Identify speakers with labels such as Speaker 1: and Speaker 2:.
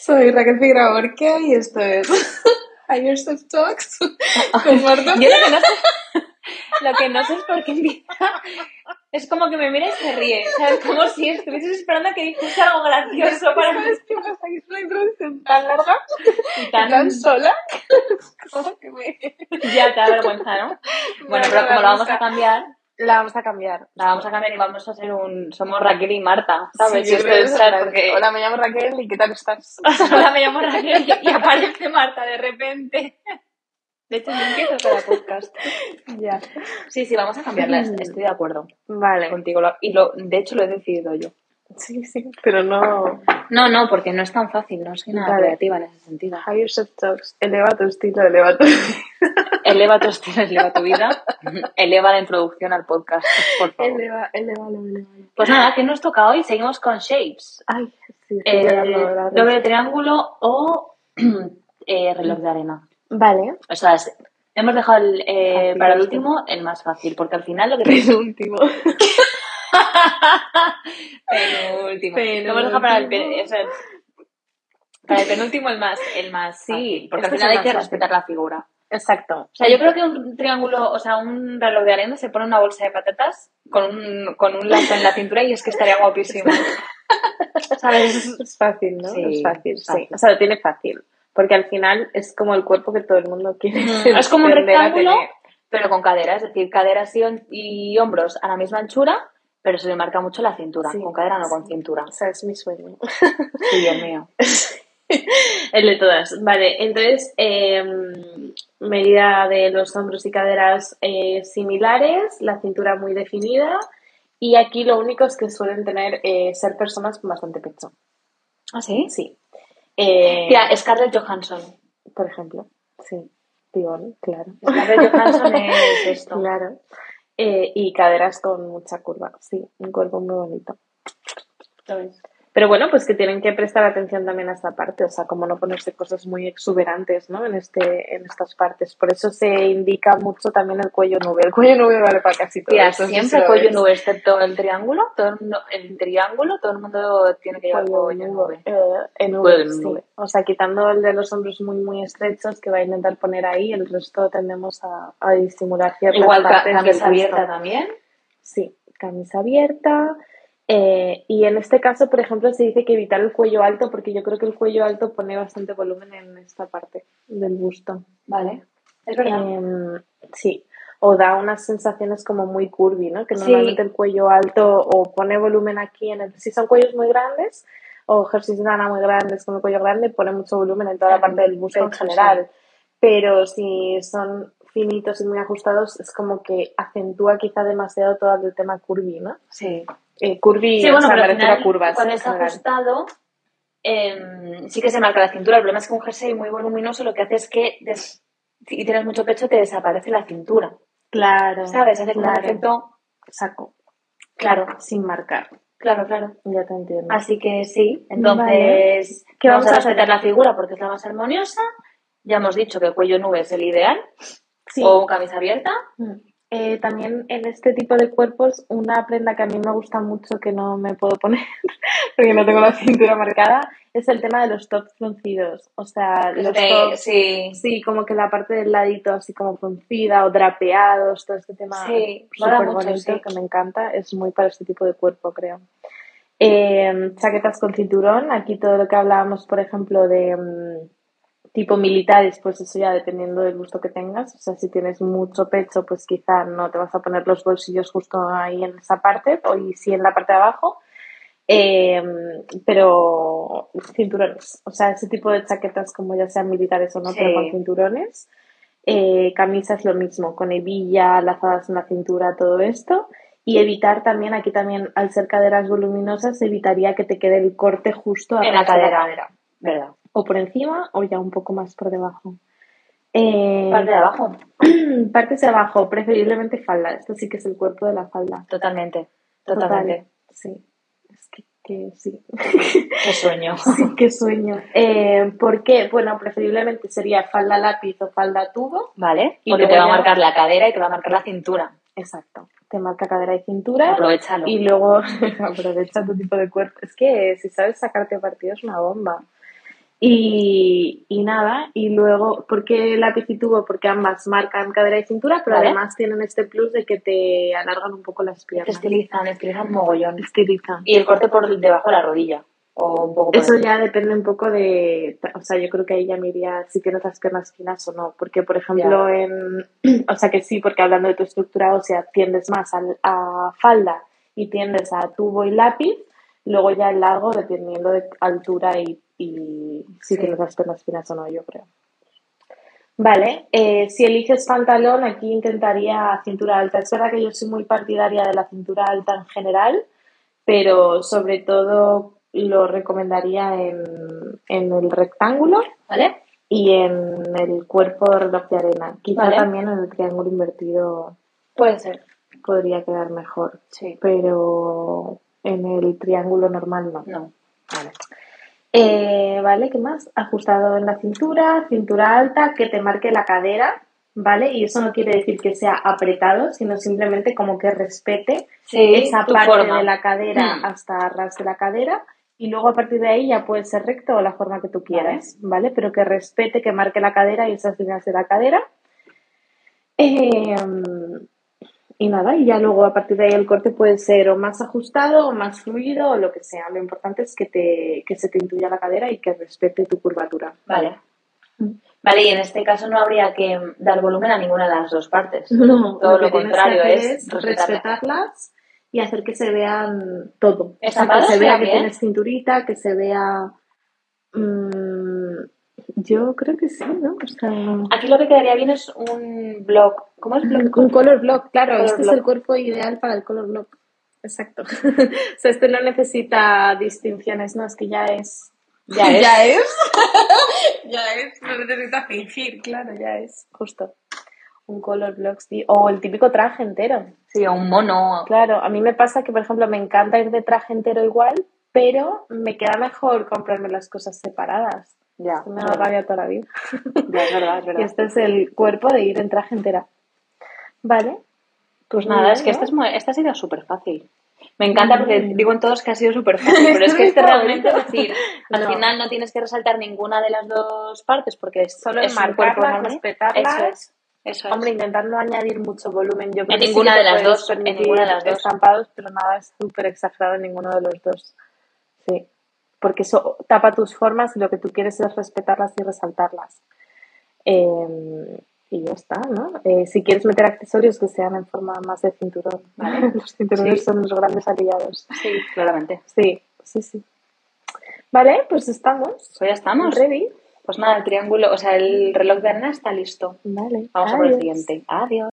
Speaker 1: Soy Raquel Figueroa Borqué y esto es Higher Self Talks con Marta.
Speaker 2: Yo lo que no sé, lo que no sé es por qué empieza. Es como que me mira y se ríe. ¿Sabes? Como si estuvieses esperando a que dijese algo gracioso para mí.
Speaker 1: ¿Sabes qué pasa? Que es una introducción tan larga
Speaker 2: Y
Speaker 1: tan,
Speaker 2: tan-
Speaker 1: sola como que me...
Speaker 2: Ya te da vergüenza, ¿no? Bueno,
Speaker 1: Me
Speaker 2: pero
Speaker 1: da
Speaker 2: como la vamos
Speaker 1: vergüenza.
Speaker 2: a cambiar,
Speaker 1: La vamos a cambiar.
Speaker 2: la vamos a cambiar y vamos a ser un. Somos Raquel y Marta, ¿sabes?
Speaker 1: Sí, yo
Speaker 2: y esto
Speaker 1: creo
Speaker 2: es
Speaker 1: que
Speaker 2: sad
Speaker 1: es
Speaker 2: porque.
Speaker 1: Hola, me llamo Raquel y ¿qué tal estás?
Speaker 2: Hola, me llamo Raquel y, y aparece Marta de repente. De hecho, yo empiezo cada podcast.
Speaker 1: ya.
Speaker 2: Sí, sí, vamos a cambiarla, estoy de acuerdo
Speaker 1: Vale.
Speaker 2: contigo. lo- Y lo, de hecho lo he decidido yo.
Speaker 1: Sí, sí, pero no...
Speaker 2: No, no, porque no es tan fácil, no soy nada
Speaker 1: Vale.
Speaker 2: creativa en ese sentido.
Speaker 1: Higher Self Talks, eleva tu estilo, eleva tu...
Speaker 2: Eleva tu estilo, eleva tu vida, eleva la introducción al podcast, por favor.
Speaker 1: eleva, eleva, eleva.
Speaker 2: Pues nada, ¿qué nos toca hoy? Seguimos con Shapes.
Speaker 1: Ay, sí, estoy
Speaker 2: Eh,
Speaker 1: llorando, la verdad.
Speaker 2: doble triángulo o eh, reloj de arena.
Speaker 1: Vale.
Speaker 2: O sea, es- hemos dejado el, eh,
Speaker 1: Fácil,
Speaker 2: para el
Speaker 1: sí.
Speaker 2: último el más fácil, porque al final lo que te...
Speaker 1: Penúltimo.
Speaker 2: penúltimo.
Speaker 1: Penúltimo.
Speaker 2: Lo hemos dejado para el, pen- o sea, para el penúltimo el más, el más
Speaker 1: Sí,
Speaker 2: fácil, porque al
Speaker 1: este es
Speaker 2: final
Speaker 1: el
Speaker 2: hay que
Speaker 1: más fácil.
Speaker 2: respetar la figura.
Speaker 1: Exacto.
Speaker 2: O sea, yo creo que un triángulo, o sea, un reloj de arena se pone una bolsa de patatas con un, con un lazo en la cintura y es que estaría guapísimo. ¿Sabes?
Speaker 1: Es fácil, ¿no?
Speaker 2: Sí,
Speaker 1: es fácil,
Speaker 2: es fácil.
Speaker 1: sí. O sea, lo tiene fácil. Porque al final es como el cuerpo que todo el mundo quiere.
Speaker 2: Es como un
Speaker 1: tender a
Speaker 2: rectángulo,
Speaker 1: tener.
Speaker 2: pero con cadera, es decir, caderas y, hom- y hombros a la misma anchura, pero se le marca mucho la cintura.
Speaker 1: Sí,
Speaker 2: con cadera no, con
Speaker 1: sí.
Speaker 2: cintura.
Speaker 1: O sea, es mi sueño.
Speaker 2: Sí, Dios mío.
Speaker 1: El de todas. Vale, entonces, eh, medida de los hombros y caderas eh, similares, la cintura muy definida. Y aquí lo único es que suelen tener eh, ser personas con bastante pecho.
Speaker 2: ¿Ah, sí?
Speaker 1: Sí. Eh,
Speaker 2: Tía, Scarlett Johansson.
Speaker 1: Por ejemplo. Sí. Tivoli, claro.
Speaker 2: Scarlett Johansson es esto.
Speaker 1: Claro. Eh, y caderas con mucha curva, sí, un cuerpo muy bonito. Pero bueno, pues que tienen que prestar atención también a esta parte, o sea, como no ponerse cosas muy exuberantes, ¿no? En, este, en estas partes. Por eso se indica mucho también el cuello nube. El cuello nube vale para casi todo.
Speaker 2: Tía,
Speaker 1: eso sí
Speaker 2: siempre
Speaker 1: se lo
Speaker 2: cuello
Speaker 1: ves.
Speaker 2: nube, excepto el triángulo. Todo el mundo, el triángulo, todo el mundo tiene que llevar cuello nube.
Speaker 1: Eh, en V,
Speaker 2: Cuello
Speaker 1: sí.
Speaker 2: nube.
Speaker 1: O sea, quitando el de los hombros muy, muy estrechos que va a intentar poner ahí, el resto tendemos a, a disimular ciertas
Speaker 2: Igual ca-
Speaker 1: partes del
Speaker 2: camisa abierta
Speaker 1: busto.
Speaker 2: también.
Speaker 1: Sí, camisa abierta. eh, y en este caso, por ejemplo, se dice que evitar el cuello alto porque yo creo que el cuello alto pone bastante volumen en esta parte del busto.
Speaker 2: Vale. Es verdad.
Speaker 1: Em, sí, o da unas sensaciones como muy curvy, ¿no? Que
Speaker 2: Sí.
Speaker 1: normalmente el cuello alto o pone volumen aquí en el... Si son cuellos muy grandes o ejercicios de nana muy grandes con el cuello grande, pone mucho volumen en toda la
Speaker 2: En
Speaker 1: parte del busto en
Speaker 2: pecho, sí.
Speaker 1: general. Pero si son finitos y muy ajustados, es como que acentúa quizá demasiado todo el tema curvy, ¿no?
Speaker 2: sí.
Speaker 1: Eh, curvy,
Speaker 2: Sí,
Speaker 1: o
Speaker 2: bueno,
Speaker 1: sea,
Speaker 2: pero
Speaker 1: me
Speaker 2: al
Speaker 1: refiero a
Speaker 2: final,
Speaker 1: curvas
Speaker 2: cuando
Speaker 1: en
Speaker 2: está
Speaker 1: general.
Speaker 2: ajustado, em, sí que se marca la cintura. El problema es que un jersey muy voluminoso lo que hace es que, des- si tienes mucho pecho, te desaparece la cintura.
Speaker 1: Claro,
Speaker 2: ¿Sabes? Hace como un
Speaker 1: claro.
Speaker 2: efecto...
Speaker 1: Saco,
Speaker 2: Claro,
Speaker 1: sin marcar.
Speaker 2: claro, claro.
Speaker 1: Ya te entiendo.
Speaker 2: Así que sí,
Speaker 1: Vale.
Speaker 2: entonces
Speaker 1: ¿Qué
Speaker 2: vamos,
Speaker 1: vamos
Speaker 2: a
Speaker 1: a hacer?
Speaker 2: respetar la figura porque es la más armoniosa. Ya hemos dicho que cuello nube es el ideal
Speaker 1: Sí.
Speaker 2: o camisa abierta.
Speaker 1: Mm. Eh, también en este tipo de cuerpos, una prenda que a mí me gusta mucho que no me puedo poner porque no tengo la cintura marcada es el tema de los tops fruncidos. O sea, los
Speaker 2: Sí,
Speaker 1: tops,
Speaker 2: Este, sí,
Speaker 1: sí, como que la parte del ladito así como fruncida o drapeados, todo este tema
Speaker 2: Sí, mola
Speaker 1: súper
Speaker 2: mucho,
Speaker 1: bonito
Speaker 2: sí.
Speaker 1: que me encanta. Es muy para este tipo de cuerpo, creo. Eh, chaquetas con cinturón, aquí todo lo que hablábamos, por ejemplo, de mm, tipo militares, pues eso ya dependiendo del gusto que tengas. O sea, si tienes mucho pecho, pues quizá no te vas a poner los bolsillos justo ahí en esa parte, o y sí en la parte de abajo. Eh, pero cinturones, o sea, ese tipo de chaquetas, como ya sean militares o no,
Speaker 2: Sí.
Speaker 1: pero con cinturones. Eh, camisas lo mismo, con hebilla, lazadas en la cintura, todo esto. Y evitar también, aquí también, al ser caderas voluminosas, evitaría que te quede el corte justo a
Speaker 2: En la
Speaker 1: ras de
Speaker 2: cadera. verdad.
Speaker 1: O por encima o ya un poco más por debajo. Eh,
Speaker 2: Parte de abajo,
Speaker 1: partes de abajo, preferiblemente falda. Esto sí que es el cuerpo de la falda.
Speaker 2: totalmente,
Speaker 1: Total,
Speaker 2: totalmente.
Speaker 1: Sí. Es que, que sí.
Speaker 2: Qué sueño.
Speaker 1: Sí, qué sueño. Eh, ¿Por qué? Bueno, preferiblemente sería falda lápiz o falda tubo.
Speaker 2: ¿Vale?
Speaker 1: Y
Speaker 2: Porque
Speaker 1: luego
Speaker 2: te va a
Speaker 1: ya-
Speaker 2: marcar la cadera y te va a marcar la cintura.
Speaker 1: Exacto. Te marca cadera y cintura.
Speaker 2: Aprovechalo.
Speaker 1: Y luego aprovecha tu tipo de cuerpo. Es que si sabes sacarte partido es una bomba. Y, y nada, y luego, ¿por qué lápiz y tubo? Porque ambas marcan cadera y cintura, pero
Speaker 2: Vale.
Speaker 1: además tienen este plus de que te alargan un poco las
Speaker 2: Te
Speaker 1: piernas.
Speaker 2: estilizan, estilizan mogollón.
Speaker 1: Estilizan.
Speaker 2: Y el corte por debajo de la rodilla. O un poco por
Speaker 1: Eso
Speaker 2: encima.
Speaker 1: ya depende un poco de, o sea, yo creo que ahí ya me iría si tienes las piernas finas o no, porque por ejemplo, en, o sea que sí, porque hablando de tu estructura ósea, tiendes más al- a, falda y tiendes a tubo y lápiz, luego ya el largo dependiendo de altura y, y si
Speaker 2: Sí.
Speaker 1: tienes las piernas finas o no, yo creo. Vale, eh, si eliges pantalón, aquí intentaría cintura alta. Es verdad que yo soy muy partidaria de la cintura alta en general, pero sobre todo lo recomendaría en, en el rectángulo
Speaker 2: ¿Vale?
Speaker 1: y en el cuerpo de reloj de arena. Quizá
Speaker 2: Vale.
Speaker 1: también en el triángulo invertido
Speaker 2: Puede ser.
Speaker 1: podría quedar mejor,
Speaker 2: Sí.
Speaker 1: pero en el triángulo normal no.
Speaker 2: No.
Speaker 1: Vale. Eh, vale, ¿qué más? Ajustado en la cintura, cintura alta, que te marque la cadera, ¿vale? Y eso no quiere decir que sea apretado, sino simplemente como que respete
Speaker 2: Sí,
Speaker 1: esa
Speaker 2: tu
Speaker 1: parte
Speaker 2: forma.
Speaker 1: de la cadera
Speaker 2: Mm.
Speaker 1: hasta ras de la cadera. Y luego a partir de ahí ya puede ser recto o la forma que tú quieras, ¿vale? Pero que respete, que marque la cadera y esas líneas de la cadera. Eh, y nada, y ya luego a partir de ahí el corte puede ser o más ajustado o más fluido o lo que sea. Lo importante es que, te, que se te intuya la cadera y que respete tu curvatura.
Speaker 2: Vale. Vale, y en este caso no habría que dar volumen a ninguna de las dos partes.
Speaker 1: No,
Speaker 2: Todo lo
Speaker 1: que tienes que
Speaker 2: contrario,
Speaker 1: hacer
Speaker 2: es respetarla.
Speaker 1: respetarlas y hacer que se vean todo. que
Speaker 2: Estampadas
Speaker 1: se vea que
Speaker 2: también.
Speaker 1: tienes cinturita, que se vea... mm, yo creo que sí, ¿no? O sea,
Speaker 2: Aquí lo que quedaría bien es un blog. ¿Cómo es blog?
Speaker 1: Un color block, claro,
Speaker 2: Color
Speaker 1: este
Speaker 2: block.
Speaker 1: es el cuerpo ideal para el color block. Exacto. o sea, este no necesita distinciones, no, es que ya es.
Speaker 2: Ya es.
Speaker 1: Ya es. Ya es, No necesita fingir, claro, ya es. Justo. Un color block, sí. O el típico traje entero.
Speaker 2: Sí, o un mono.
Speaker 1: Claro, a mí me pasa que, por ejemplo, me encanta ir de traje entero igual, pero me queda mejor comprarme las cosas separadas.
Speaker 2: Ya,
Speaker 1: Me da rabia toda la vida.
Speaker 2: ya, es verdad, es
Speaker 1: Y este es el cuerpo de ir en traje entera. Vale.
Speaker 2: Pues
Speaker 1: Muy
Speaker 2: nada,
Speaker 1: bien,
Speaker 2: es que
Speaker 1: ¿no?
Speaker 2: esta, es, mu- esta ha sido súper fácil. Me encanta porque
Speaker 1: Mm.
Speaker 2: digo en todos que ha sido súper fácil,
Speaker 1: Este
Speaker 2: pero es
Speaker 1: es
Speaker 2: que
Speaker 1: mi
Speaker 2: este realmente es
Speaker 1: favorito.
Speaker 2: decir, al
Speaker 1: No.
Speaker 2: final no tienes que resaltar ninguna de las dos partes porque es,
Speaker 1: Solo
Speaker 2: es un
Speaker 1: enmarcarlas,
Speaker 2: cuerpo enorme.
Speaker 1: respetarlas.
Speaker 2: Eso es, eso es.
Speaker 1: Hombre, intentar no añadir mucho volumen. Yo creo
Speaker 2: En
Speaker 1: que sí
Speaker 2: ninguna
Speaker 1: que
Speaker 2: de
Speaker 1: te
Speaker 2: las
Speaker 1: puedes
Speaker 2: dos, en
Speaker 1: permitir
Speaker 2: ninguna de las dos.
Speaker 1: Estampados, pero nada es súper exagerado en ninguno de los dos. Sí. Porque eso tapa tus formas y lo que tú quieres es respetarlas y resaltarlas. Eh, y ya está, ¿no? Eh, si quieres meter accesorios que sean en forma más de cinturón.
Speaker 2: Vale.
Speaker 1: los cinturones
Speaker 2: Sí.
Speaker 1: son los grandes aliados.
Speaker 2: Sí, claramente.
Speaker 1: Sí, sí, sí. Vale, pues estamos.
Speaker 2: Pues ya estamos.
Speaker 1: Ready.
Speaker 2: Pues nada, el triángulo, o sea, el reloj de arena está listo.
Speaker 1: Vale.
Speaker 2: Vamos a por el
Speaker 1: Adiós.
Speaker 2: siguiente. Adiós.